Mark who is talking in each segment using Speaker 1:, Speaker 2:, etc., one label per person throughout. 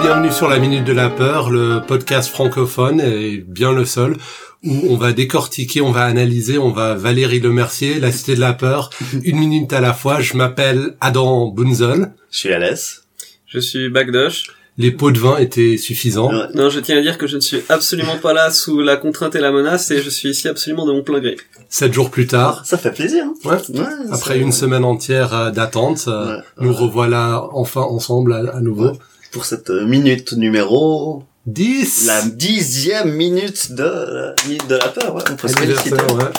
Speaker 1: bienvenue sur la Minute de la Peur, le podcast francophone et bien le seul où on va décortiquer, on va analyser, on va Valérie Lemercier, La Cité de la Peur, une minute à la fois. Je m'appelle Adam Bunzel.
Speaker 2: Je suis Alès.
Speaker 3: Je suis Bagdosh.
Speaker 1: Les pots de vin étaient suffisants.
Speaker 2: Ouais.
Speaker 3: Non, je tiens à dire que je ne suis absolument pas là sous la contrainte et la menace et je suis ici absolument de mon plein gré.
Speaker 1: Sept jours plus tard,
Speaker 2: Ça fait plaisir. hein.
Speaker 1: ouais,
Speaker 2: Ouais,
Speaker 1: après
Speaker 2: c'est-
Speaker 1: une semaine entière euh, d'attente, euh,
Speaker 2: Ouais.
Speaker 1: nous revoilà enfin ensemble à, à nouveau.
Speaker 2: Ouais. Pour cette euh, minute numéro,
Speaker 1: 10
Speaker 2: la dixième minute de la minute de la peur, ouais. On peut se féliciter.
Speaker 1: anniversaire,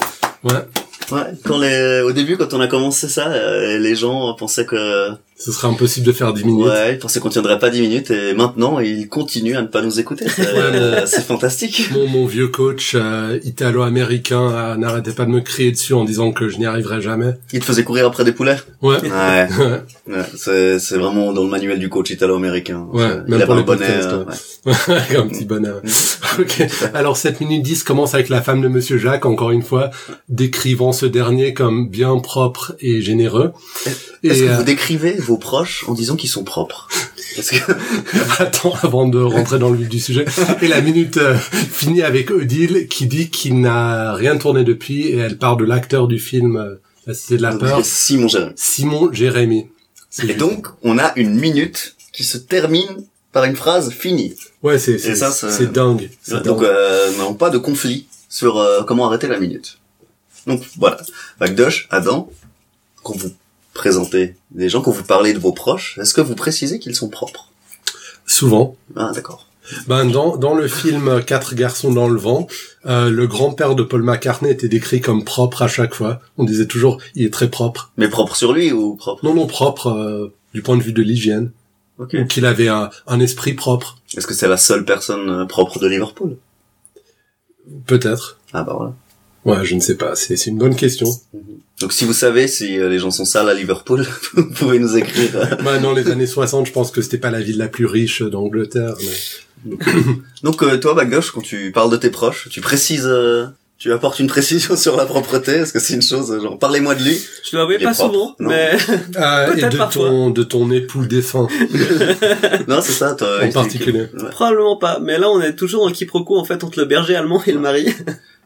Speaker 1: ouais. ouais.
Speaker 2: Ouais. Quand les, au début, quand on a commencé ça, euh, les gens pensaient que,
Speaker 1: Ce serait impossible de faire 10 minutes.
Speaker 2: ouais, ils pensaient qu'on tiendrait pas dix minutes et maintenant, ils continuent à ne pas nous écouter. C'est euh, c'est fantastique.
Speaker 1: Mon, mon vieux coach euh, italo-américain euh, n'arrêtait pas de me crier dessus en disant que je n'y arriverais jamais.
Speaker 2: Ils te faisaient courir après des poulets.
Speaker 1: Ouais.
Speaker 2: Ouais.
Speaker 1: Ouais.
Speaker 2: Ouais, c'est, c'est vraiment dans le manuel du coach italo-américain.
Speaker 1: Ouais,
Speaker 2: Euh,
Speaker 1: même
Speaker 2: il avait
Speaker 1: pour
Speaker 2: un
Speaker 1: les
Speaker 2: bonnet.
Speaker 1: podcasts,
Speaker 2: euh,
Speaker 1: ouais. Un petit bonheur. Ok. Alors 7 minutes 10 commence avec la femme de Monsieur Jacques, encore une fois, décrivant ce dernier comme bien propre et généreux.
Speaker 2: Est-ce
Speaker 1: Et
Speaker 2: que
Speaker 1: euh,
Speaker 2: vous décrivez vos proches en disant qu'ils sont propres Parce que
Speaker 1: euh, attends avant de rentrer dans le vif du sujet. Et la minute euh, finit avec Odile qui dit qu'il n'a rien tourné depuis et elle parle de l'acteur du film euh, La Cité de la Peur,
Speaker 2: Simon Jérémy.
Speaker 1: Simon Jérémy. C'est
Speaker 2: Ah Et
Speaker 1: juste.
Speaker 2: donc, on a une minute qui se termine par une phrase finie.
Speaker 1: Ouais, c'est c'est
Speaker 2: ça, ça-
Speaker 1: c'est dingue. C'est
Speaker 2: Donc,
Speaker 1: dingue.
Speaker 2: euh, n'avons pas de conflit sur euh, comment arrêter la minute. Donc, voilà. Bagdosh, Adam, quand vous présentez des gens, quand vous parlez de vos proches, est-ce que vous précisez qu'ils sont propres
Speaker 1: Souvent.
Speaker 2: Ah, d'accord.
Speaker 1: Ben dans dans le film euh, Quatre garçons dans le vent, euh, le grand-père de Paul McCartney était décrit comme propre à chaque fois. On disait toujours il est très propre.
Speaker 2: Mais propre sur lui ou propre
Speaker 1: Non non propre euh, du point de vue de l'hygiène.
Speaker 2: Ok.
Speaker 1: Ou qu'il avait un, un esprit propre,
Speaker 2: Est-ce que c'est la seule personne euh, propre de Liverpool
Speaker 1: peut-être.
Speaker 2: Ah, bah voilà.
Speaker 1: Ouais, je ne sais pas. C'est c'est une bonne question.
Speaker 2: Donc, si vous savez si euh, les gens sont sales à Liverpool, vous pouvez nous écrire. euh,
Speaker 1: Ben dans les années 60, je pense que c'était pas la ville la plus riche d'Angleterre. mais-
Speaker 2: Donc euh, toi, Bagdosh, quand tu parles de tes proches, tu précises, euh, tu apportes une précision sur la propreté. Est-ce que c'est une chose euh, genre parlez-moi de lui
Speaker 3: Je dois avouer
Speaker 2: Il est
Speaker 3: pas
Speaker 2: propre,
Speaker 3: souvent,
Speaker 2: non
Speaker 3: mais
Speaker 1: Ah, et
Speaker 3: Peut-être
Speaker 1: de
Speaker 3: parfois.
Speaker 1: ton de ton époux défunt
Speaker 2: Non, c'est ça. Toi,
Speaker 1: en
Speaker 2: il-
Speaker 1: particulier.
Speaker 2: Ouais.
Speaker 3: probablement pas. Mais là, on est toujours en quiproquo en fait entre le berger allemand et le mari.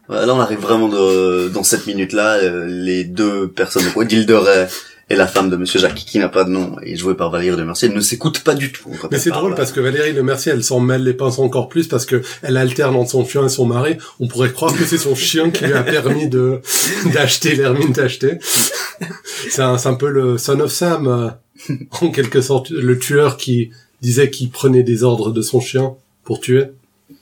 Speaker 2: Ouais, là, on arrive vraiment de- dans cette minute-là, euh, les deux personnes, donc Odile de Ray et la femme de Monsieur Jacques, qui n'a pas de nom et jouée par Valérie de Mercier, ne s'écoutent pas du tout. quand
Speaker 1: Mais
Speaker 2: elles
Speaker 1: c'est
Speaker 2: parlent.
Speaker 1: drôle parce que Valérie Le Mercier, elle s'en mêle les pinces encore plus parce que elle alterne entre son chien et son mari. On pourrait croire que c'est son chien qui lui a permis de d'acheter l'hermine d'acheter. C'est un, c'est un peu le Son of Sam, euh, en quelque sorte, le tueur qui disait qu'il prenait des ordres de son chien pour tuer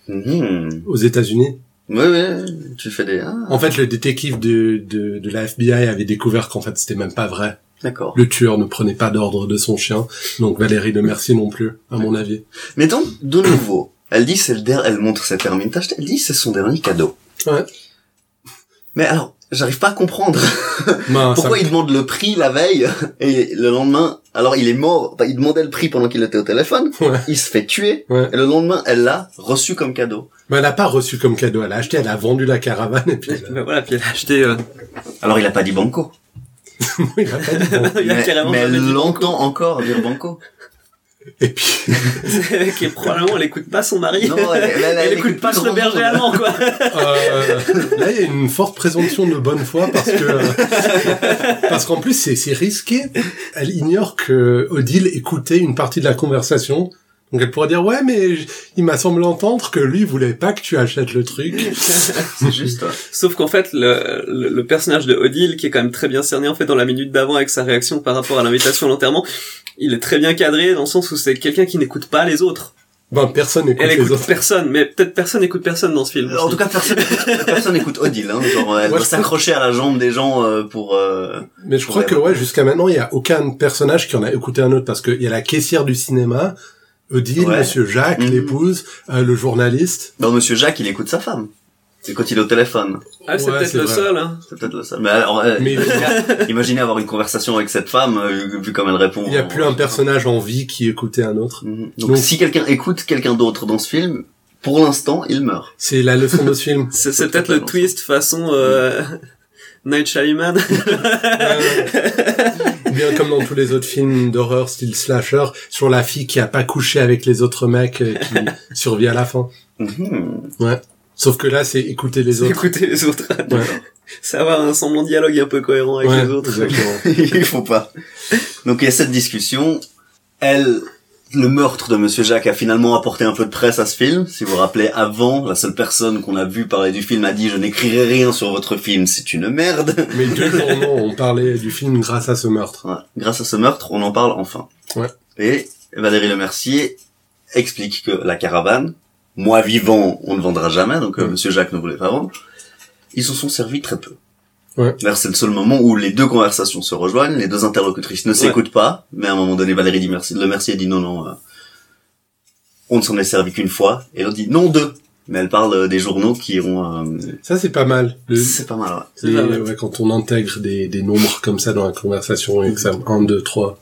Speaker 2: Mhm.
Speaker 1: aux États-Unis.
Speaker 2: Ouais, ouais, tu fais des. Ah,
Speaker 1: En fait, le détective de, de, de la FBI avait découvert qu'en fait, c'était même pas vrai.
Speaker 2: d'accord.
Speaker 1: Le tueur ne prenait pas d'ordre de son chien. Donc Valérie Le Mercier non plus, à mon avis.
Speaker 2: Mais donc, de nouveau, elle dit c'est le der- elle montre sa termine tachetée, elle dit c'est son dernier cadeau.
Speaker 1: Ouais.
Speaker 2: Mais alors, j'arrive pas à comprendre.
Speaker 1: Ben, ça
Speaker 2: Pourquoi il demande le prix la veille et le lendemain alors il est mort, enfin, il demandait le prix pendant qu'il était au téléphone,
Speaker 1: Ouais.
Speaker 2: il se fait tuer
Speaker 1: Ouais.
Speaker 2: et le lendemain elle l'a reçu comme cadeau.
Speaker 1: Mais elle a pas reçu comme cadeau, elle a acheté, elle a vendu la caravane et puis
Speaker 3: Ben voilà, puis elle a acheté. euh,
Speaker 2: Alors il a pas dit banco.
Speaker 1: il a pas dit bon.
Speaker 3: il a
Speaker 2: mais
Speaker 3: carrément
Speaker 2: mais
Speaker 3: jamais
Speaker 2: elle
Speaker 3: dit
Speaker 2: l'entend encore dire banco.
Speaker 1: Et puis
Speaker 3: qui est probablement elle écoute pas son mari.
Speaker 2: Non, elle- elle- elle- elle
Speaker 3: écoute
Speaker 2: écoute
Speaker 3: pas
Speaker 2: plus
Speaker 3: le
Speaker 2: grand
Speaker 3: berger
Speaker 2: monde.
Speaker 3: allemand quoi.
Speaker 1: euh, là il y a une forte présomption de bonne foi parce que euh, parce qu'en plus c'est c'est risqué. Elle ignore que Odile écoutait une partie de la conversation. Donc elle pourrait dire ouais mais j- il m'a semblé entendre que lui voulait pas que tu achètes le truc.
Speaker 2: C'est juste. euh,
Speaker 3: Sauf qu'en fait, le, le, le personnage de Odile, qui est quand même très bien cerné en fait dans la minute d'avant avec sa réaction par rapport à l'invitation à l'enterrement, il est très bien cadré dans le sens où c'est quelqu'un qui n'écoute pas les autres.
Speaker 1: Ben personne n'écoute
Speaker 3: Elle
Speaker 1: les
Speaker 3: écoute
Speaker 1: autres.
Speaker 3: personne, mais peut-être personne n'écoute personne dans ce film.
Speaker 2: En tout cas personne personne écoute Odile hein, genre
Speaker 1: Moi, je
Speaker 2: elle doit
Speaker 1: trouve-
Speaker 2: s'accrocher à la jambe des gens euh, pour euh,
Speaker 1: Mais je crois
Speaker 2: Ouais.
Speaker 1: que ouais jusqu'à maintenant il y a aucun personnage qui en a écouté un autre parce qu'il y a la caissière du cinéma. Odile,
Speaker 2: Ouais.
Speaker 1: Monsieur Jacques,
Speaker 2: Mhm.
Speaker 1: l'épouse, euh, le journaliste.
Speaker 2: Non, monsieur Jacques, il écoute sa femme. C'est quand il est au téléphone.
Speaker 3: ah, c'est
Speaker 1: Ouais,
Speaker 3: peut-être
Speaker 1: c'est
Speaker 3: le
Speaker 1: vrai.
Speaker 3: seul. Hein.
Speaker 2: C'est peut-être le seul. Mais alors, euh,
Speaker 1: Mais-
Speaker 2: imaginez- imaginez avoir une conversation avec cette femme, euh, vu comme elle répond.
Speaker 1: Il n'y a plus un personnage en vie qui écoutait un autre.
Speaker 2: Mhm. Donc,
Speaker 1: Donc-
Speaker 2: si quelqu'un écoute quelqu'un d'autre dans ce film, pour l'instant, il meurt.
Speaker 1: C'est la leçon de ce film.
Speaker 3: C'est, c'est
Speaker 2: Peut-être
Speaker 3: peut-être
Speaker 2: pas
Speaker 3: le
Speaker 2: dans
Speaker 3: twist façon euh, Night Shyamalan.
Speaker 1: Euh, Il bien comme dans tous les autres films d'horreur style slasher sur la fille qui a pas couché avec les autres mecs et qui survit à la fin.
Speaker 2: Mhm.
Speaker 1: Sauf que là, c'est écouter les autres.
Speaker 3: Écoutez les autres.
Speaker 1: Ouais.
Speaker 3: Ça va avoir un semblant de dialogue un peu cohérent avec
Speaker 1: Ouais,
Speaker 3: les autres.
Speaker 1: exactement.
Speaker 2: il faut pas. Donc il y a cette discussion. Elle, le meurtre de Monsieur Jacques a finalement apporté un peu de presse à ce film. Si vous vous rappelez, avant, la seule personne qu'on a vu parler du film a dit "Je n'écrirai rien sur votre film, c'est une merde."
Speaker 1: Mais deux journaux ont parlé du film grâce à ce meurtre.
Speaker 2: Ouais. Grâce à ce meurtre, on en parle enfin.
Speaker 1: Ouais.
Speaker 2: Et Valérie Lemercier explique que la caravane, moi vivant, on ne vendra jamais, donc euh,
Speaker 1: Mm.
Speaker 2: Monsieur Jacques ne voulait pas vendre. Ils se sont servis très peu.
Speaker 1: Ouais.
Speaker 2: D'ailleurs, c'est le seul moment où les deux conversations se rejoignent, les deux interlocutrices ne s'écoutent pas, mais à un moment donné, Valérie dit merci, Lemercier dit non, non, euh, on ne s'en est servi qu'une fois, et l'autre dit non, deux. Mais elle parle euh, des journaux qui ont... euh,
Speaker 1: Ça, c'est pas mal. Le-
Speaker 2: C'est pas mal, ouais.
Speaker 3: C'est pas
Speaker 1: les-
Speaker 3: mal.
Speaker 1: ouais, quand on intègre des, des nombres comme ça dans la conversation et que ça
Speaker 3: Mm-hmm.
Speaker 1: 1, 2, 3.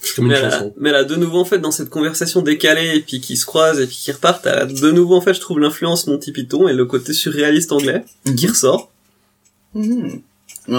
Speaker 1: C'est comme une
Speaker 3: Mais elle, a,
Speaker 1: chanson.
Speaker 3: mais elle a de nouveau en fait dans cette conversation décalée et puis qui se croisent et puis qui repartent, elle a de nouveau en fait je trouve l'influence Monty Python et le côté surréaliste anglais qui ressort.
Speaker 2: Mhm. Ouais.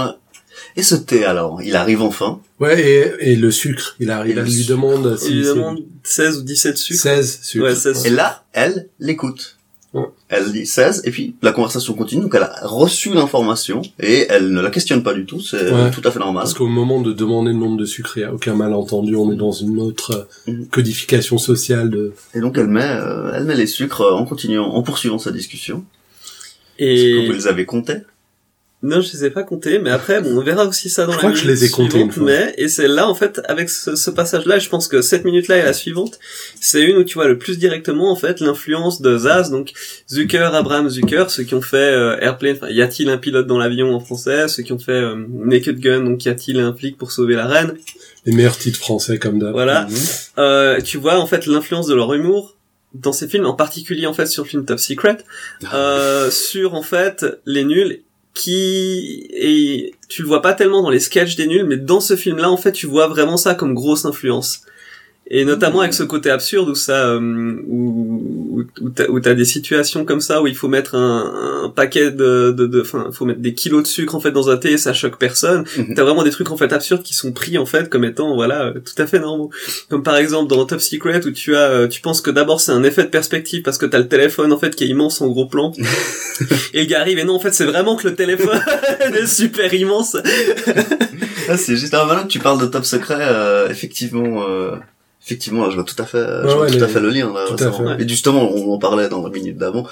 Speaker 2: Et ce thé, alors, il arrive enfin
Speaker 1: Ouais, et, et le sucre, il arrive,
Speaker 2: Et
Speaker 1: elle
Speaker 2: le
Speaker 1: lui
Speaker 2: sucre.
Speaker 1: demande
Speaker 3: Il
Speaker 1: si
Speaker 3: lui
Speaker 1: c'est
Speaker 3: demande 16 ou 17 sucres.
Speaker 1: 16 sucre.
Speaker 3: Ouais, 16
Speaker 2: Et là, elle l'écoute.
Speaker 1: Ouais.
Speaker 2: Elle dit 16, et puis la conversation continue, donc elle a reçu l'information, et elle ne la questionne pas du tout, c'est
Speaker 1: Ouais.
Speaker 2: tout à fait normal.
Speaker 1: Parce qu'au moment de demander le nombre de sucres, il n'y a aucun malentendu, on est dans une autre euh,
Speaker 2: Mhm.
Speaker 1: codification sociale de...
Speaker 2: Et donc elle met, euh, elle met les sucres euh, en continuant, en poursuivant sa discussion. Est-ce que
Speaker 3: Et
Speaker 2: vous les avez comptés
Speaker 3: non, je les ai pas comptés, mais après bon, on verra aussi ça dans
Speaker 1: Je
Speaker 3: la
Speaker 1: crois que
Speaker 3: minute
Speaker 1: je les ai comptés une
Speaker 3: suivante,
Speaker 1: fois.
Speaker 3: Mais et c'est là en fait avec ce, ce passage là, je pense que cette minute là et la suivante, c'est une où tu vois le plus directement en fait l'influence de Zaz donc Zucker, Abraham Zucker, ceux qui ont fait euh, Airplane, enfin, y a-t-il un pilote dans l'avion en français, ceux qui ont fait euh, Naked Gun, donc y a-t-il un flic pour sauver la reine,
Speaker 1: Les meilleurs titres français comme d'hab.
Speaker 3: voilà.
Speaker 2: Mhm.
Speaker 3: Euh, tu vois en fait l'influence de leur humour dans ces films, en particulier en fait sur le film Top Secret, euh, sur en fait les nuls qui et tu le vois pas tellement dans les sketchs des nuls, mais dans ce film-là en fait tu vois vraiment ça comme grosse influence. Et notamment
Speaker 2: Mmh.
Speaker 3: avec ce côté absurde où ça, euh, où, où, où t'as, où t'as des situations comme ça où il faut mettre un, un paquet de, de, de- enfin, faut mettre des kilos de sucre en fait dans un thé et ça choque personne.
Speaker 2: Mhm.
Speaker 3: T'as vraiment des trucs en fait absurdes qui sont pris en fait comme étant voilà euh, tout à fait normaux. Comme par exemple dans Top Secret où tu as, euh, tu penses que d'abord c'est un effet de perspective parce que t'as le téléphone en fait qui est immense en gros plan et le gars arrive et non en fait c'est vraiment que le téléphone est super immense.
Speaker 2: Ah, c'est juste un malin, tu parles de Top Secret, euh, effectivement, euh, effectivement, là, je vois tout à fait, euh, je
Speaker 1: Ouais,
Speaker 2: vois
Speaker 1: ouais,
Speaker 2: tout à
Speaker 1: les-
Speaker 2: fait le lien, là,
Speaker 1: tout à
Speaker 2: récemment.
Speaker 1: fait, ouais.
Speaker 2: Et justement, on en parlait dans la minute d'avant.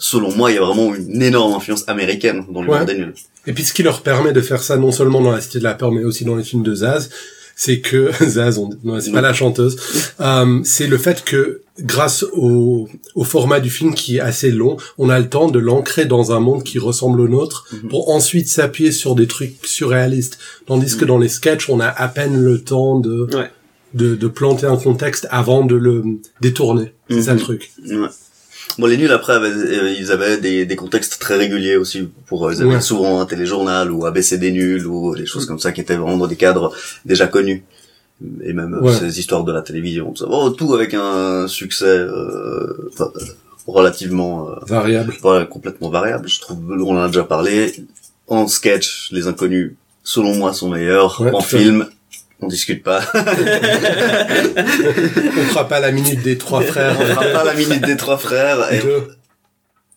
Speaker 2: Selon moi, il y a vraiment une énorme influence américaine dans le
Speaker 1: Ouais.
Speaker 2: monde des nuls.
Speaker 1: Et puis ce qui leur permet de faire ça non seulement dans la Cité de la Peur, mais aussi dans les films de Zaz, c'est que Zaz, on... non, c'est
Speaker 2: Non.
Speaker 1: pas la chanteuse, euh, c'est le fait que grâce au... au format du film qui est assez long, on a le temps de l'ancrer dans un monde qui ressemble au nôtre,
Speaker 2: Mhm.
Speaker 1: pour ensuite s'appuyer sur des trucs surréalistes. Tandis que
Speaker 2: Mhm.
Speaker 1: dans les sketchs, on a à peine le temps de
Speaker 3: Ouais.
Speaker 1: de, de planter un contexte avant de le détourner. C'est ça le
Speaker 2: Mhm.
Speaker 1: truc.
Speaker 2: Ouais. Bon, les nuls, après, avaient- euh, ils avaient des, des contextes très réguliers aussi. Pour, euh, ils avaient
Speaker 1: Ouais. Mm.
Speaker 2: souvent un téléjournal ou ABCD nul ou des choses comme ça qui étaient vraiment dans des cadres déjà connus. Et même euh,
Speaker 1: Ouais.
Speaker 2: ces histoires de la télévision, tout, ça. Oh, tout avec un succès euh, enfin, euh, relativement... euh,
Speaker 1: Variable.
Speaker 2: pas complètement variable. Je trouve, on en a déjà parlé. En sketch, les inconnus, selon moi, sont meilleurs.
Speaker 1: Ouais, tout
Speaker 2: en
Speaker 1: à fait.
Speaker 2: film, on discute pas.
Speaker 1: On fera pas la minute des trois
Speaker 2: on
Speaker 1: frères. euh,
Speaker 2: fera pas la minute des trois frères. Et
Speaker 1: deux.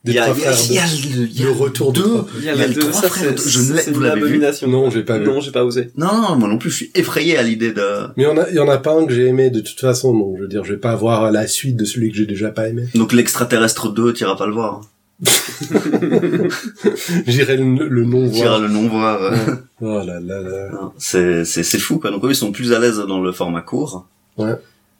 Speaker 1: Des
Speaker 2: il y a,
Speaker 1: trois
Speaker 2: il y a-
Speaker 1: frères.
Speaker 2: il y
Speaker 1: deux.
Speaker 2: a le, il y a
Speaker 1: Le retour de
Speaker 2: deux
Speaker 1: trois
Speaker 3: Il y a
Speaker 2: Il
Speaker 3: les
Speaker 2: le
Speaker 3: deux,
Speaker 2: trois
Speaker 3: ça
Speaker 2: frères,
Speaker 3: c'est,
Speaker 2: je ne l'ai-
Speaker 3: c'est
Speaker 2: vous
Speaker 3: une
Speaker 2: l'avez vu
Speaker 3: abomination.
Speaker 1: Non, j'ai pas vu.
Speaker 3: Non, j'ai pas osé.
Speaker 2: Non, non, moi non plus, je suis effrayé à l'idée de...
Speaker 1: Mais il y en a, il y en a pas un que j'ai aimé de toute façon. Donc, je veux dire, je vais pas voir la suite de celui que j'ai déjà pas aimé.
Speaker 2: Donc l'extraterrestre 2, t'iras pas le voir.
Speaker 1: J'irai le, le non
Speaker 2: T'iras
Speaker 1: voir.
Speaker 2: le non voir. euh.
Speaker 1: Oh là là là.
Speaker 2: Non, C'est, c'est, c'est fou, quoi. Donc eux, ils sont plus à l'aise dans le format court.
Speaker 1: Ouais.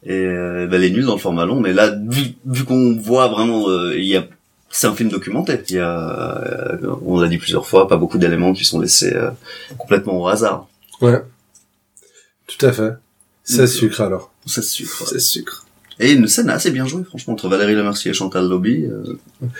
Speaker 2: Et euh, ben, les nuls dans le format long. Mais là, vu, vu qu'on voit vraiment, euh, il y a, c'est un film documenté. Il y a, euh, on l'a dit plusieurs fois, pas beaucoup d'éléments qui sont laissés euh, complètement au hasard.
Speaker 1: Tout à fait. Ça sucre alors.
Speaker 2: Ça se suit, quoi.
Speaker 3: C'est sucre.
Speaker 2: Et une scène assez bien jouée, franchement, entre Valérie Lemercier et Chantal Lobby. euh,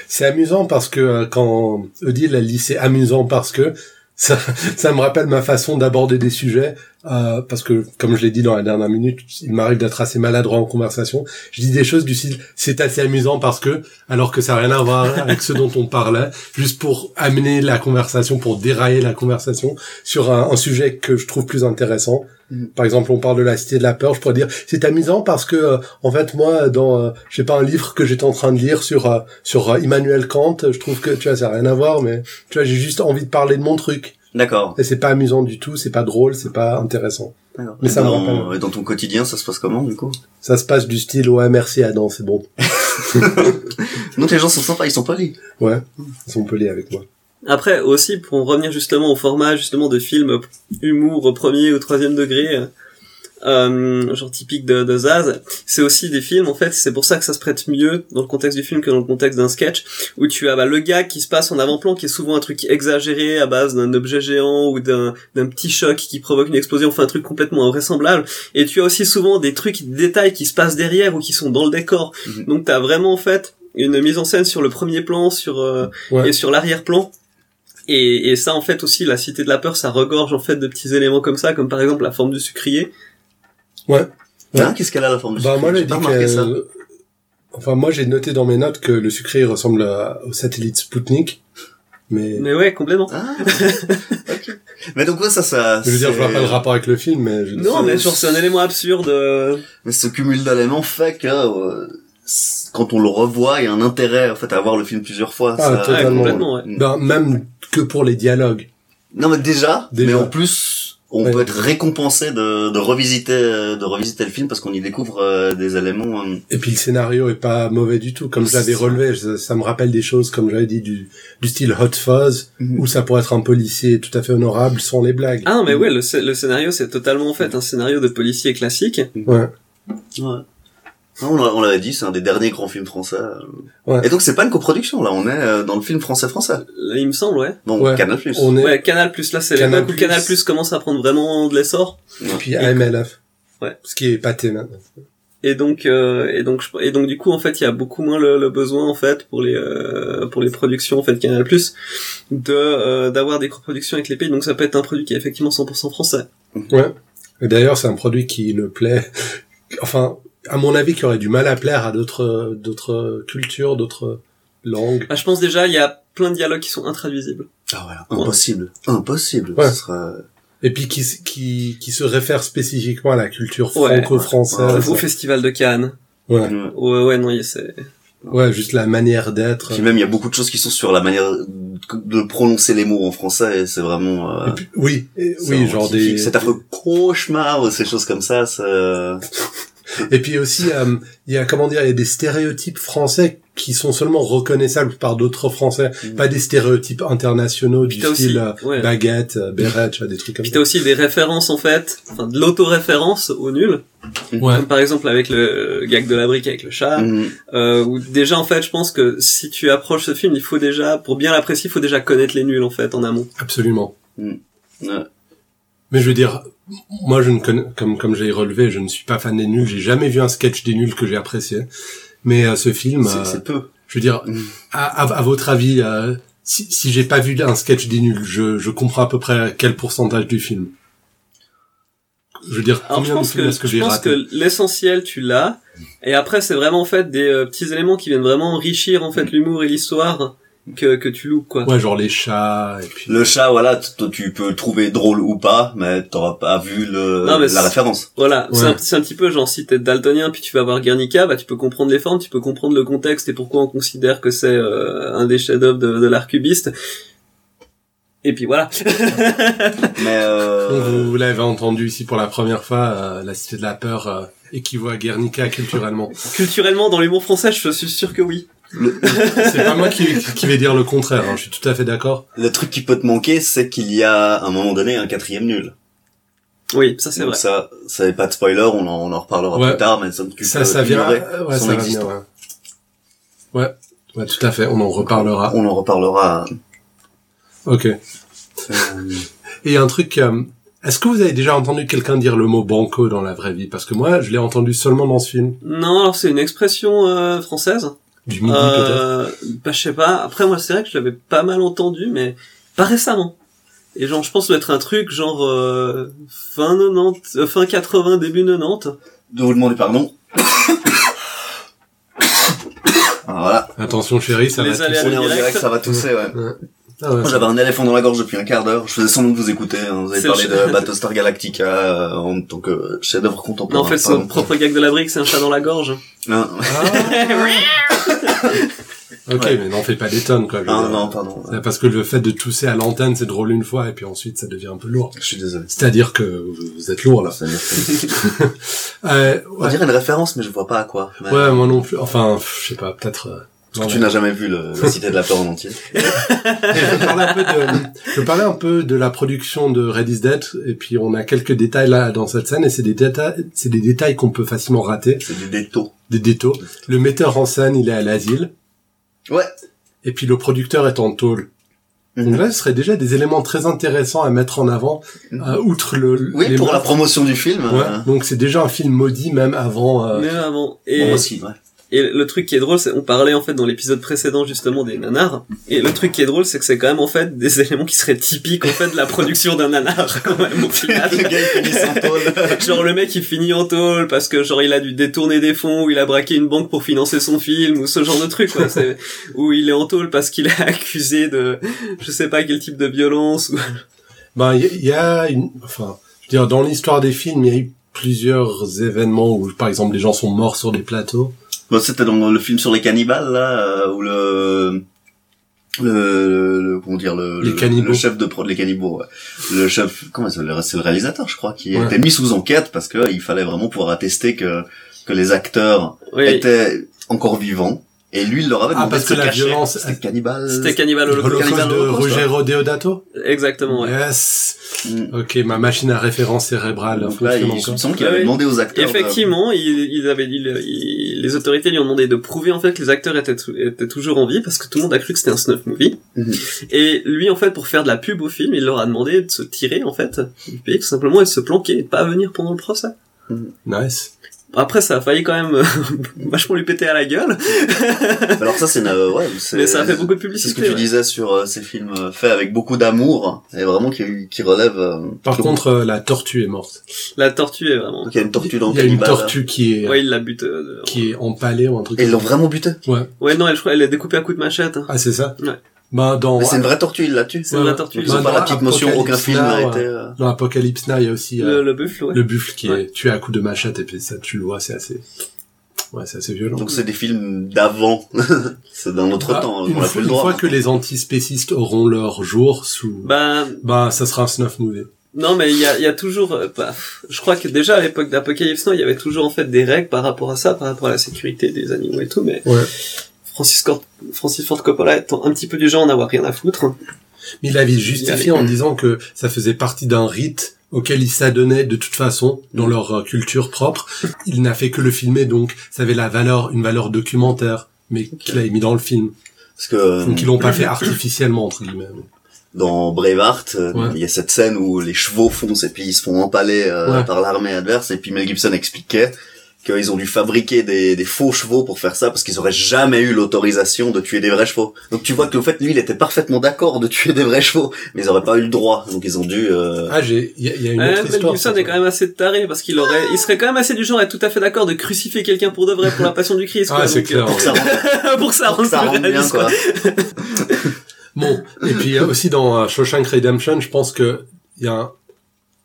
Speaker 1: C'est amusant parce que euh, quand Odile a dit c'est amusant parce que ça, ça me rappelle ma façon d'aborder des sujets euh, parce que comme je l'ai dit dans la dernière minute, il m'arrive d'être assez maladroit en conversation. Je dis des choses du style c'est assez amusant parce que alors que ça n'a rien à voir avec ce dont on parlait, juste pour amener la conversation, pour dérailler la conversation sur un, un sujet que je trouve plus intéressant.
Speaker 2: Mhm.
Speaker 1: Par exemple, on parle de la cité de la peur, je pourrais dire c'est amusant parce que euh, en fait moi dans euh, je sais pas un livre que j'étais en train de lire sur euh, sur euh, Immanuel Kant, je trouve que tu vois ça n'a rien à voir mais tu vois j'ai juste envie de parler de mon truc.
Speaker 2: D'accord.
Speaker 1: Et c'est pas amusant du tout, c'est pas drôle, c'est pas intéressant.
Speaker 2: D'accord.
Speaker 1: Mais
Speaker 2: Et
Speaker 1: ça me
Speaker 2: dans, et dans ton quotidien, ça se passe comment du coup
Speaker 1: Ça se passe du style ouais merci Adam c'est bon.
Speaker 2: Donc les gens sont sympas, ils sont polis.
Speaker 1: Ouais, ils sont pelés avec moi.
Speaker 3: Après aussi pour en revenir justement au format justement de film humour au premier ou troisième degré, euh, euh, genre typique de, de Zaz, c'est aussi des films en fait. C'est pour ça que ça se prête mieux dans le contexte du film que dans le contexte d'un sketch où tu as bah, le gag qui se passe en avant-plan qui est souvent un truc exagéré à base d'un objet géant ou d'un d'un petit choc qui provoque une explosion, enfin un truc complètement invraisemblable. Et tu as aussi souvent des trucs, des détails qui se passent derrière ou qui sont dans le décor.
Speaker 2: Mhm.
Speaker 3: Donc t'as vraiment en fait une mise en scène sur le premier plan, sur euh,
Speaker 1: Ouais.
Speaker 3: et sur l'arrière-plan. Et, et ça en fait aussi la cité de la peur ça regorge en fait de petits éléments comme ça comme par exemple la forme du sucrier
Speaker 1: Ouais.
Speaker 2: Hein, Qu'est-ce qu'elle a la forme de
Speaker 1: Bah
Speaker 2: sucre
Speaker 1: moi
Speaker 2: J'ai
Speaker 1: j'ai dit
Speaker 2: pas
Speaker 1: que
Speaker 2: remarqué ça.
Speaker 1: enfin moi j'ai noté dans mes notes que le sucré ressemble à- au satellite Sputnik mais
Speaker 3: mais ouais complètement
Speaker 2: Ah, ok. Mais donc ouais, ça, ça.
Speaker 1: je veux dire je vois
Speaker 2: c'est-
Speaker 1: pas le rapport avec le film mais je...
Speaker 3: non mais genre c'est un élément absurde euh,
Speaker 2: Mais ce cumul d'éléments fait que euh, c- quand on le revoit, il y a un intérêt en fait à voir le film plusieurs fois.
Speaker 1: Ah,
Speaker 2: ça-
Speaker 1: Totalement,
Speaker 3: ouais, complètement ouais.
Speaker 1: Ben, même que pour les dialogues.
Speaker 2: Non mais déjà,
Speaker 1: Déjà.
Speaker 2: mais en plus, on
Speaker 1: Ouais.
Speaker 2: peut être récompensé de, de revisiter euh, de revisiter le film parce qu'on y découvre euh, des éléments. euh,
Speaker 1: Et puis le scénario est pas mauvais du tout comme je l'avais
Speaker 2: Ça.
Speaker 1: relevé ça, ça me rappelle des choses comme j'avais dit du du style Hot Fuzz
Speaker 2: Mhm.
Speaker 1: où ça pourrait être un policier tout à fait honorable sans les blagues.
Speaker 3: ah mais ouais le, sc- le scénario c'est totalement en fait un scénario de policier classique
Speaker 1: Ouais.
Speaker 2: non, on l'a- on l'avait dit, c'est un des derniers grands films français. euh.
Speaker 1: Ouais.
Speaker 2: Et donc c'est pas une coproduction là, on est euh, dans le film français français.
Speaker 3: il me semble ouais
Speaker 2: Bon,
Speaker 1: Ouais.
Speaker 2: Canal Plus.
Speaker 1: On est
Speaker 3: ouais Canal Plus là c'est
Speaker 1: Canal+.
Speaker 3: l'époque où Canal Plus commence à prendre vraiment de l'essor
Speaker 1: et puis AMLF.
Speaker 3: Ouais.
Speaker 1: Ce qui est épaté maintenant.
Speaker 3: et donc euh, et donc je- et donc du coup en fait il y a beaucoup moins le, le besoin en fait pour les euh, pour les productions en fait Canal Plus de euh, d'avoir des coproductions avec les pays donc ça peut être un produit qui est effectivement 100% français
Speaker 1: Et D'ailleurs, c'est un produit qui ne plaît, enfin, à mon avis, qui aurait du mal à plaire à d'autres, d'autres cultures, d'autres langues.
Speaker 3: bah, je pense déjà il y a plein de dialogues qui sont intraduisibles
Speaker 2: Ah voilà, impossible, impossible.
Speaker 1: Ouais.
Speaker 2: Ce sera...
Speaker 1: Et puis qui, s- qui, qui se réfère spécifiquement à la culture
Speaker 3: Ouais.
Speaker 1: franco-française.
Speaker 2: Ah,
Speaker 3: au
Speaker 1: Ouais,
Speaker 3: festival de Cannes
Speaker 1: ouais.
Speaker 3: ouais ouais non il y a- c'est
Speaker 1: juste la manière d'être.
Speaker 2: Puis même il y a beaucoup de choses qui sont sur la manière de prononcer les mots en français et c'est vraiment. euh,
Speaker 1: Et puis- oui, et-
Speaker 2: c'est
Speaker 1: oui,
Speaker 2: vraiment
Speaker 1: genre
Speaker 2: typique.
Speaker 1: des.
Speaker 2: Cet affreux cauchemar, ces choses comme ça, ça...
Speaker 1: Et puis aussi, euh, il y a comment dire, il y a des stéréotypes français qui sont seulement reconnaissables par d'autres Français,
Speaker 2: Mm.
Speaker 1: pas des stéréotypes internationaux du
Speaker 3: puis t'as aussi
Speaker 1: style euh,
Speaker 3: ouais.
Speaker 1: baguette, euh, béret, tu vois, des trucs comme
Speaker 3: puis
Speaker 1: ça.
Speaker 3: t'as aussi des références en fait enfin de l'autoréférence au nul
Speaker 1: Ouais.
Speaker 3: comme par exemple avec le gag de la brique avec le chat
Speaker 1: Mm.
Speaker 2: Mhm.
Speaker 3: Euh, où déjà en fait je pense que si tu approches ce film il faut déjà pour bien l'apprécier il faut déjà connaître les nuls en fait en amont
Speaker 1: Absolument.
Speaker 2: Mm. Ouais.
Speaker 1: Mais je veux dire, moi je ne connais, comme comme j'ai relevé, je ne suis pas fan des nuls. J'ai jamais vu un sketch des nuls que j'ai apprécié. Mais euh, ce film,
Speaker 2: C'est-
Speaker 1: euh,
Speaker 2: c'est peu.
Speaker 1: je veux dire,
Speaker 2: Mm.
Speaker 1: à, à, à votre avis, euh, si, si j'ai pas vu un sketch des nuls, je, je comprends à peu près quel pourcentage du film. Je veux dire,
Speaker 3: alors
Speaker 1: combien
Speaker 3: je
Speaker 1: de
Speaker 3: pense
Speaker 1: films
Speaker 3: que,
Speaker 1: est-ce que
Speaker 3: je
Speaker 1: j'ai
Speaker 3: pense
Speaker 1: raté
Speaker 3: que l'essentiel tu l'as et après c'est vraiment en fait des euh, petits éléments qui viennent vraiment enrichir en fait l'humour et l'histoire que, que tu loupes quoi
Speaker 1: Ouais, genre les chats et puis.
Speaker 2: Le chat, voilà, t- t- tu peux le trouver drôle ou pas, mais t'auras pas vu le,
Speaker 3: Non, mais
Speaker 2: la
Speaker 3: c'est-
Speaker 2: référence.
Speaker 3: voilà c'est
Speaker 1: Ouais.
Speaker 3: un, c'est un petit peu genre si t'es daltonien puis tu vas voir Guernica bah tu peux comprendre les formes tu peux comprendre le contexte et pourquoi on considère que c'est euh, un des chefs-d'œuvre de, de l'art cubiste et puis voilà
Speaker 2: Mais
Speaker 1: Donc,
Speaker 2: euh,
Speaker 1: Vous, vous l'avez entendu ici pour la première fois, euh, la cité de la peur euh, équivaut à Guernica culturellement.
Speaker 3: culturellement dans l'humour français je suis sûr que oui
Speaker 1: C'est pas moi qui, qui vais dire le contraire, hein, je suis tout à fait d'accord.
Speaker 2: le truc qui peut te manquer, c'est qu'il y a à un moment donné un quatrième nul.
Speaker 3: Oui, ça c'est
Speaker 2: Donc
Speaker 3: vrai.
Speaker 2: ça, ça n'est pas de spoiler, on en, on en reparlera
Speaker 1: Ouais.
Speaker 2: plus tard, mais ça, tu
Speaker 1: Ça,
Speaker 2: peux
Speaker 1: ça vient.
Speaker 2: ignorer.
Speaker 1: euh, Ouais, ça
Speaker 2: son
Speaker 1: va venir,
Speaker 2: existence.
Speaker 1: ouais. ouais. Ouais, tout à fait, on en reparlera.
Speaker 2: On en reparlera.
Speaker 1: Ok. Et
Speaker 2: Euh,
Speaker 1: il y a un truc, euh, est-ce que vous avez déjà entendu quelqu'un dire le mot banco dans la vraie vie Parce que moi, je l'ai entendu seulement dans ce film,
Speaker 3: Non, alors c'est une expression euh, française.
Speaker 1: du midi Mm-hmm,
Speaker 2: Euh,
Speaker 1: peut-être.
Speaker 3: Euh, bah, je sais pas. Après, moi, c'est vrai que je l'avais pas mal entendu, mais pas récemment. Et genre, je pense que ça doit être un truc genre euh, fin 90, euh, fin 80, début 90.
Speaker 2: de vous demander pardon. Ah, voilà,
Speaker 1: Attention chérie, ça
Speaker 3: Les
Speaker 1: va
Speaker 3: aléas
Speaker 1: tousser.
Speaker 2: on est en
Speaker 3: direct.
Speaker 2: direct, ça va tousser, ouais.
Speaker 1: Ah ouais,
Speaker 2: Moi,
Speaker 1: ça-
Speaker 2: j'avais un éléphant dans la gorge depuis un quart d'heure. Je faisais semblant de vous écouter. hein. Vous avez
Speaker 3: C'est le
Speaker 2: parlé
Speaker 3: chef-
Speaker 2: de Battlestar Galactica euh, en tant que chef-d'œuvre
Speaker 3: Non,
Speaker 2: contemporain.
Speaker 1: Ah,
Speaker 3: en fait, c'est
Speaker 2: pardon.
Speaker 3: notre propre gag de la brique, c'est un chat dans la gorge.
Speaker 2: Non,
Speaker 1: Ah. ok,
Speaker 2: Ouais.
Speaker 1: mais n'en fais pas des tonnes quoi. je veux
Speaker 2: non,
Speaker 1: dire.
Speaker 2: non, pardon.
Speaker 1: C'est Parce que le fait de tousser à l'antenne, c'est drôle une fois, et puis ensuite, ça devient un peu lourd.
Speaker 2: Je suis désolé.
Speaker 1: C'est-à-dire que vous êtes lourd, là. Euh,
Speaker 2: On
Speaker 1: ouais,
Speaker 2: dirait une référence, mais je vois pas à quoi. Mais-
Speaker 1: Ouais, moi non plus. Enfin, pff, je sais pas, peut-être... euh,
Speaker 2: Parce
Speaker 1: non,
Speaker 2: que tu
Speaker 1: mais-
Speaker 2: n'as jamais vu le, la Cité de la Peur en entier.
Speaker 1: je, parlais un peu de, je parlais un peu de la production de Red is Dead, et puis on a quelques détails là dans cette scène, et c'est des détails, c'est des détails qu'on peut facilement rater,
Speaker 2: C'est du déto.
Speaker 1: des détails. Le metteur en scène, il est à l'asile,
Speaker 2: Ouais.
Speaker 1: et puis le producteur est en tôle. Donc là, ce serait déjà des éléments très intéressants à mettre en avant,
Speaker 2: Mhm.
Speaker 1: euh, outre le...
Speaker 2: Oui,
Speaker 1: les
Speaker 2: pour la
Speaker 1: meurtres.
Speaker 2: promotion du film. euh,
Speaker 1: Ouais, donc c'est déjà un film maudit même avant... euh,
Speaker 3: Mais avant.
Speaker 2: bon,
Speaker 3: Et,
Speaker 2: aussi, ouais.
Speaker 3: et le truc qui est drôle, c'est on parlait en fait dans l'épisode précédent justement des nanars. Et le truc qui est drôle, c'est que c'est quand même en fait des éléments qui seraient typiques en fait de la production d'un nanar quand même au final.
Speaker 2: le gars, il finit sans tôle.
Speaker 3: Genre le mec il finit en tôle parce que genre il a dû détourner des fonds ou il a braqué une banque pour financer son film ou ce genre de truc quoi. C'est- ou il est en tôle parce qu'il est accusé de je sais pas quel type de violence. ou-
Speaker 1: Ben, il y, y a une, enfin, je veux dire, dans l'histoire des films, il y a eu plusieurs événements où, par exemple, les gens sont morts sur des plateaux.
Speaker 2: Bon, c'était dans le film sur les cannibales, là, euh, où le, le, le- comment dire, le,
Speaker 1: Les
Speaker 2: le-
Speaker 1: cannibaux.
Speaker 2: le chef de prod, les cannibaux, ouais. Le chef, comment ça s'appelle c'est le réalisateur, je crois, qui
Speaker 1: Ouais.
Speaker 2: était mis sous enquête parce que il fallait vraiment pouvoir attester que, que les acteurs
Speaker 3: Oui,
Speaker 2: étaient encore vivants. Et lui, il leur avait
Speaker 1: Ah,
Speaker 2: demandé
Speaker 1: parce
Speaker 2: de
Speaker 1: que
Speaker 2: se
Speaker 1: la
Speaker 2: cacher.
Speaker 1: violence-
Speaker 2: C'était cannibale.
Speaker 3: c'était Cannibal Holocaust.
Speaker 1: L'Holocauste de
Speaker 2: Holocaust,
Speaker 1: Ruggero Deodato.
Speaker 3: Exactement ouais.
Speaker 1: Yes.
Speaker 2: Mm.
Speaker 1: Ok, ma machine à référence cérébrale
Speaker 2: Donc là,
Speaker 1: fonctionne
Speaker 2: il
Speaker 1: encore.
Speaker 2: soupçonne qu'il avait
Speaker 3: Ouais,
Speaker 2: demandé aux acteurs. euh, de-
Speaker 3: Ah Effectivement, il, il avait, il- il- les autorités lui ont demandé de prouver en fait que les acteurs étaient, tou- étaient toujours en vie parce que tout le monde a cru que c'était un snuff movie.
Speaker 2: Mhm.
Speaker 3: Et lui en fait pour faire de la pub au film, il leur a demandé de se tirer en fait du pays tout simplement et de se planquer et de pas venir pendant le procès.
Speaker 1: Nice.
Speaker 3: Après ça a failli quand même euh, vachement lui péter à la gueule,
Speaker 2: Alors ça, c'est, une- euh, ouais, c'est-
Speaker 3: mais ça a fait beaucoup de
Speaker 2: C'est
Speaker 3: publicité.
Speaker 2: ce que tu
Speaker 3: ouais.
Speaker 2: disais sur euh, ces films euh, faits avec beaucoup d'amour et vraiment qui, qui relèvent. euh,
Speaker 1: Par
Speaker 2: qui-
Speaker 1: contre, euh, la tortue est morte.
Speaker 3: La tortue est vraiment.
Speaker 2: donc il y a une tortue dans
Speaker 1: Il y a une
Speaker 2: Cannibal,
Speaker 1: tortue qui est,
Speaker 3: Ouais, il la bute. euh,
Speaker 1: qui est empalée ou un truc.
Speaker 2: Et ils l'ont
Speaker 1: comme ça.
Speaker 2: vraiment buté.
Speaker 3: Ouais, non, elle, je crois, elle est découpée à coups de machette. hein.
Speaker 1: Ah, c'est ça?
Speaker 3: Ouais.
Speaker 1: Ben, dans,
Speaker 2: Mais c'est une vraie tortue, ils la tuent.
Speaker 3: C'est une vraie tortue.
Speaker 2: Ils ont
Speaker 1: Ouais,
Speaker 2: pas
Speaker 1: dans
Speaker 2: la petite notion, aucun
Speaker 1: Apocalypse
Speaker 2: film
Speaker 1: Now,
Speaker 2: n'a
Speaker 1: ouais.
Speaker 2: été. euh,
Speaker 1: dans Apocalypse Now, il y a aussi
Speaker 3: Le,
Speaker 1: euh,
Speaker 3: le buffle, ouais.
Speaker 1: le buffle qui
Speaker 3: Ouais.
Speaker 1: est tué à coups de machette, et puis ça, tu le vois, c'est assez, ouais, c'est assez violent.
Speaker 2: Donc c'est des films d'avant. c'est dans notre
Speaker 1: euh, Bah,
Speaker 2: temps,
Speaker 1: une,
Speaker 2: on a
Speaker 1: fois-
Speaker 2: plus le
Speaker 1: une
Speaker 2: droit. hein.
Speaker 1: fois que les antispécistes auront leur jour sous, bah,
Speaker 3: Bah,
Speaker 1: ça sera un snuff movie.
Speaker 3: non, mais il y a, il y a toujours. euh, bah, je crois que déjà à l'époque d'Apocalypse Now, il y avait toujours en fait des règles par rapport à ça, par rapport à la sécurité des animaux et tout, mais.
Speaker 1: Ouais.
Speaker 3: Francis, Cor- Francis Ford Coppola étant un petit peu du genre en avoir rien à foutre.
Speaker 1: Mais il avait justifié en disant que ça faisait partie d'un rite auquel ils s'adonnaient de toute façon dans leur euh, culture propre. Il n'a fait que le filmer, donc ça avait la valeur, une valeur documentaire, mais qu'il a mis dans le film.
Speaker 2: Parce que euh,
Speaker 1: Donc ils l'ont pas fait artificiellement entre guillemets.
Speaker 2: dans Braveheart, euh, il
Speaker 1: Ouais.
Speaker 2: y a cette scène où les chevaux foncent et puis ils se font empaler euh,
Speaker 1: Ouais.
Speaker 2: par l'armée adverse. Et puis Mel Gibson expliquait qu'ils ont dû fabriquer des, des faux chevaux pour faire ça parce qu'ils auraient jamais eu l'autorisation de tuer des vrais chevaux. Donc tu vois que en fait lui il était parfaitement d'accord de tuer des vrais chevaux, mais ils auraient pas eu le droit. Donc ils ont dû. euh,
Speaker 1: Ah, j'ai, il y, a- il y a une
Speaker 3: Ouais,
Speaker 1: autre
Speaker 3: Eh, Mel
Speaker 1: histoire.
Speaker 3: Gibson
Speaker 1: ça,
Speaker 3: est quand même assez taré parce qu'il aurait, il serait quand même assez du genre à être tout à fait d'accord de crucifier quelqu'un pour de vrai pour la passion du Christ.
Speaker 1: Ah,
Speaker 3: quoi.
Speaker 1: c'est
Speaker 3: Donc,
Speaker 1: clair.
Speaker 2: pour que ça rentre,
Speaker 3: euh, pour que ça
Speaker 2: pour que
Speaker 3: rende
Speaker 2: ça
Speaker 3: plus
Speaker 2: rentre bien
Speaker 3: réaliste,
Speaker 2: quoi.
Speaker 1: Bon, et puis euh, aussi dans euh, Shawshank Redemption, je pense que il y, a un-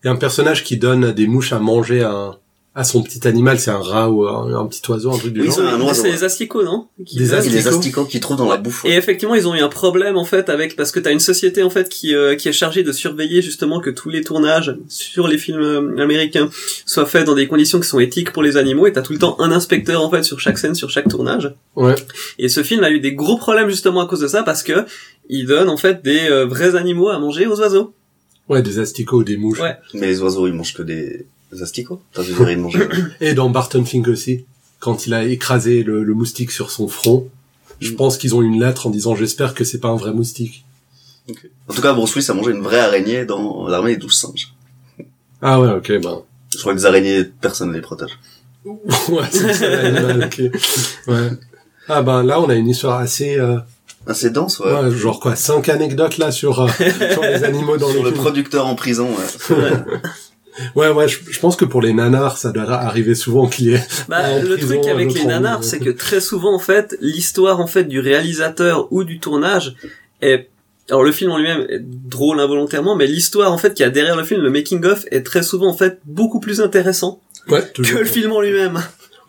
Speaker 1: y a un personnage qui donne des mouches à manger à, un- à son petit animal, c'est un rat ou un, un petit oiseau, un truc du
Speaker 2: Oui,
Speaker 1: genre.
Speaker 2: c'est un
Speaker 3: quoi.
Speaker 2: oiseau,
Speaker 3: C'est
Speaker 2: ouais.
Speaker 3: les asticots, non Qui
Speaker 1: Des
Speaker 3: donnent-
Speaker 2: Et
Speaker 1: asticots.
Speaker 2: les asticots qu'ils trouvent dans la bouffe.
Speaker 3: Et effectivement, ils ont eu un problème en fait avec parce que t'as une société en fait qui euh, qui est chargée de surveiller justement que tous les tournages sur les films euh, américains soient faits dans des conditions qui sont éthiques pour les animaux et t'as tout le temps un inspecteur en fait sur chaque scène, sur chaque tournage.
Speaker 1: Ouais.
Speaker 3: Et ce film a eu des gros problèmes justement à cause de ça parce que il donne en fait des euh, vrais animaux à manger aux oiseaux.
Speaker 1: Ouais, des asticots ou des mouches.
Speaker 3: Ouais.
Speaker 2: Mais les oiseaux ils mangent que des des asticots. T'as vu dire ils mangent.
Speaker 1: Et dans Barton Fink aussi, quand il a écrasé le, le moustique sur son front, je
Speaker 2: Mm.
Speaker 1: pense qu'ils ont une lettre en disant j'espère que c'est pas un vrai moustique.
Speaker 2: En tout cas Bruce Willis a mangé une vraie araignée dans l'armée des douze singes.
Speaker 1: Ah ouais, ok, ben.
Speaker 2: Je crois que les araignées, personne ne les protège.
Speaker 1: ouais, c'est ça l'animal, ok. Ouais. Ah ben là, on a une histoire assez euh,
Speaker 2: Ah, c'est dense, ouais.
Speaker 1: Ouais, genre quoi, cinq anecdotes là sur, euh, sur les animaux dans
Speaker 2: Sur
Speaker 1: les
Speaker 2: le
Speaker 1: films.
Speaker 2: producteur en prison, ouais.
Speaker 1: Ouais, ouais, je, je pense que pour les nanars, ça doit arriver souvent qu'il y ait...
Speaker 3: Bah,
Speaker 1: En
Speaker 3: le
Speaker 1: prison,
Speaker 3: truc avec
Speaker 1: l'autre
Speaker 3: les
Speaker 1: en-
Speaker 3: nanars, c'est que très souvent, en fait, l'histoire, en fait, du réalisateur ou du tournage est, alors le film en lui-même est drôle involontairement, mais l'histoire, en fait, qu'il y a derrière le film, le making-of, est très souvent, en fait, beaucoup plus intéressant
Speaker 1: Ouais,
Speaker 3: que
Speaker 1: toujours.
Speaker 3: le film en lui-même.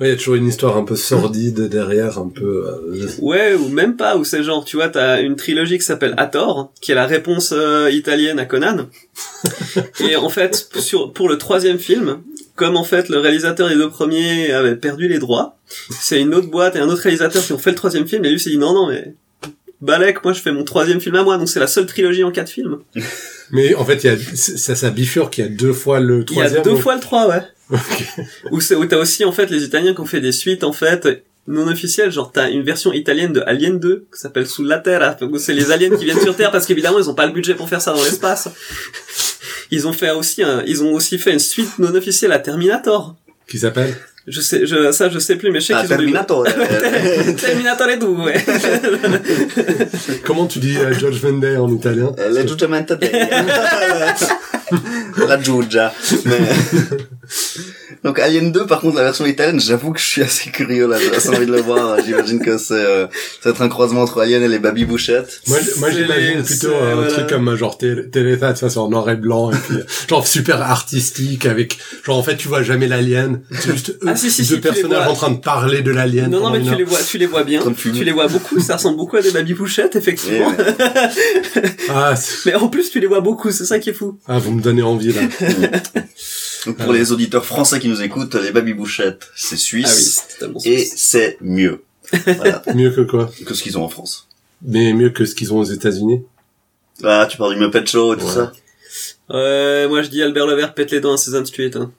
Speaker 1: Ouais, il y a toujours une histoire un peu sordide derrière, un peu... euh,
Speaker 3: Ouais, ou même pas, ou c'est genre, tu vois, t'as une trilogie qui s'appelle Hathor, qui est la réponse euh, italienne à Conan. et en fait, sur, pour le troisième film, comme en fait le réalisateur des deux premiers avait perdu les droits, c'est une autre boîte et un autre réalisateur qui ont fait le troisième film, et lui s'est dit non, non, mais Balek, moi je fais mon troisième film à moi, donc c'est la seule trilogie en quatre films.
Speaker 1: Mais en fait, il y a, c'est- ça, ça bifurque, il y a deux fois le
Speaker 3: Il y a
Speaker 1: troisième.
Speaker 3: deux
Speaker 1: donc-
Speaker 3: fois le 3, ouais. Ou c'est- ou t'as aussi en fait les Italiens qui ont fait des suites en fait non officielles, genre t'as une version italienne de Alien 2 qui s'appelle Sous la Terre, où c'est les aliens qui viennent sur Terre parce qu'évidemment ils ont pas le budget pour faire ça dans l'espace. Ils ont fait aussi un- ils ont aussi fait une suite non officielle à Terminator.
Speaker 1: Qui s'appelle
Speaker 3: Je sais, je, ça je sais plus, mais je sais
Speaker 2: Ah,
Speaker 3: qu'ils ont dû-
Speaker 2: Terminator. euh,
Speaker 3: Terminator et tout, ouais.
Speaker 1: Comment tu dis euh, Judgment Day en italien
Speaker 2: euh, Le giudicamento dei. La Giugia. Mais- Donc Alien 2, par contre, la version italienne, j'avoue que je suis assez curieux là, j'ai assez envie de le voir. J'imagine que c'est euh, ça va être un croisement entre Alien et les Baby Bouchettes.
Speaker 1: Moi, j- moi
Speaker 3: C'est
Speaker 1: j'imagine
Speaker 3: les-
Speaker 1: plutôt
Speaker 3: c'est-
Speaker 1: un
Speaker 3: voilà.
Speaker 1: truc comme euh, genre Télé- Téléthon, ça c'est en noir et blanc, et puis euh, genre super artistique, avec genre en fait tu vois jamais l'alien, c'est juste eux,
Speaker 3: Ah, si, si, si,
Speaker 1: deux
Speaker 3: tu les
Speaker 1: personnages
Speaker 3: vois.
Speaker 1: en train de parler de l'alien.
Speaker 3: Non, non,
Speaker 1: pendant
Speaker 3: mais
Speaker 1: une
Speaker 3: tu
Speaker 1: heure.
Speaker 3: les vois, tu les vois bien.
Speaker 2: Train de fumer.
Speaker 3: Tu Eh les vois beaucoup, ça ressemble beaucoup à des baby pouchettes,
Speaker 2: Et,
Speaker 3: effectivement.
Speaker 2: ouais.
Speaker 1: Ah, c'est-
Speaker 3: Mais en plus, tu les vois beaucoup, c'est ça qui est fou.
Speaker 1: ah, vous me donnez envie là.
Speaker 2: Donc pour les auditeurs français qui nous écoutent, les Baby Bouchettes, c'est
Speaker 3: Ah oui,
Speaker 2: suisse.
Speaker 3: c'est totalement
Speaker 2: Et
Speaker 3: suisse.
Speaker 2: c'est mieux. Voilà.
Speaker 1: Mieux que quoi
Speaker 2: Que ce qu'ils ont en France.
Speaker 1: Mais mieux que ce qu'ils ont aux États-Unis.
Speaker 2: Ah, tu parles du Muppet Show et tout
Speaker 1: Ouais.
Speaker 2: ça.
Speaker 3: Ouais, moi je dis Albert Levert pète les dents à Sesame Street. Hein.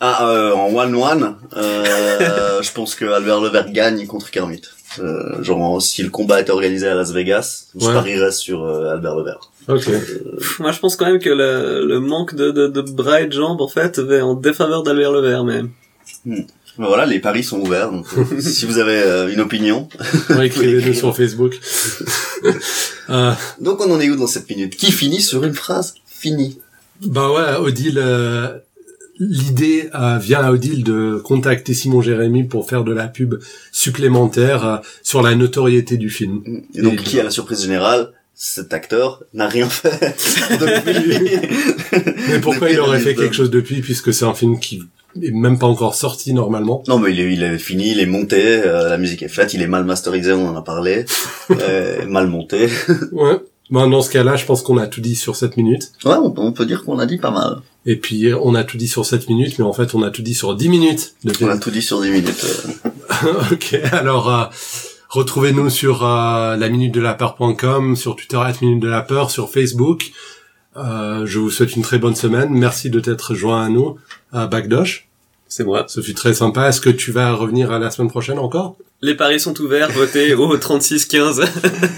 Speaker 2: Ah, euh, en one one, euh, je pense que Albert Levert gagne contre Kermit. Euh, genre si le combat était organisé à Las Vegas, je
Speaker 1: Ouais.
Speaker 2: parierais sur euh, Albert Levert.
Speaker 1: Ok.
Speaker 3: Pff, moi je pense quand même que le, le manque de, de, de bras et de jambes en fait va en défaveur d'Albert Levert. Mais
Speaker 2: Mais voilà, les paris sont ouverts. donc, euh, si vous avez euh, une opinion.
Speaker 1: Ouais, Écrivez-nous sur Facebook. Euh,
Speaker 2: Donc on en est où dans cette minute Qui finit sur une phrase finie
Speaker 1: Bah ouais, Odile, euh, l'idée euh, vient à Odile de contacter Simon Jérémy pour faire de la pub supplémentaire euh, sur la notoriété du film.
Speaker 2: Et donc
Speaker 1: Et-
Speaker 2: qui a la surprise générale cet acteur n'a rien fait depuis.
Speaker 1: Mais pourquoi
Speaker 2: Depuis
Speaker 1: il aurait
Speaker 2: la hein.
Speaker 1: fait
Speaker 2: Lisbonne.
Speaker 1: quelque chose depuis, puisque c'est un film qui est même pas encore sorti normalement
Speaker 2: Non, mais il est, il est fini, il est monté, euh, la musique est faite, il est mal masterisé, on en a parlé, euh, mal monté.
Speaker 1: Ouais. Bah, dans ce cas-là, je pense qu'on a tout dit sur 7 minutes.
Speaker 2: Ouais, on, on peut dire qu'on a dit pas mal.
Speaker 1: Et puis, euh, on a tout dit sur 7 minutes, mais en fait, on a tout dit sur 10 minutes de
Speaker 2: On
Speaker 1: film.
Speaker 2: a tout dit sur 10 minutes. euh.
Speaker 1: ok, alors euh, retrouvez-nous sur euh, la minute de la peur.com, sur Twitter at minute de la peur, sur Facebook. Euh, je vous souhaite une très bonne semaine. Merci de t'être joint à nous, à Bagdosh.
Speaker 3: c'est moi.
Speaker 1: Ce fut très sympa. Est-ce que tu vas revenir à la semaine prochaine encore
Speaker 3: Les paris sont ouverts, votez au 36-15.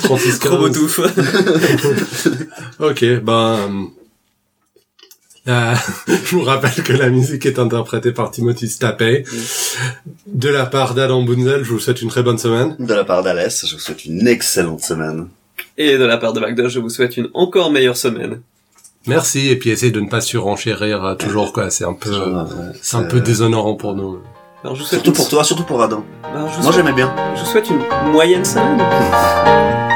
Speaker 1: 36
Speaker 3: Robotouf.
Speaker 1: Ok, ben... euh, je vous rappelle que la musique est interprétée par Timothy Stapey. De la part d'Adam Bunzel, je vous souhaite une très bonne semaine.
Speaker 2: euh, De la part d'Alès, je vous souhaite une excellente semaine.
Speaker 3: Et de la part de Bagdad, je vous souhaite une encore meilleure semaine.
Speaker 1: Merci, et puis essayez de ne pas surenchérir euh, toujours, quoi. C'est un peu...
Speaker 2: Euh,
Speaker 1: C'est un peu déshonorant pour nous.
Speaker 3: Alors je vous souhaite
Speaker 2: Surtout
Speaker 3: une-
Speaker 2: pour toi, surtout pour Adam.
Speaker 3: Alors, je vous
Speaker 2: Moi
Speaker 3: souhaite-
Speaker 2: j'aimais bien.
Speaker 3: je vous souhaite une moyenne semaine.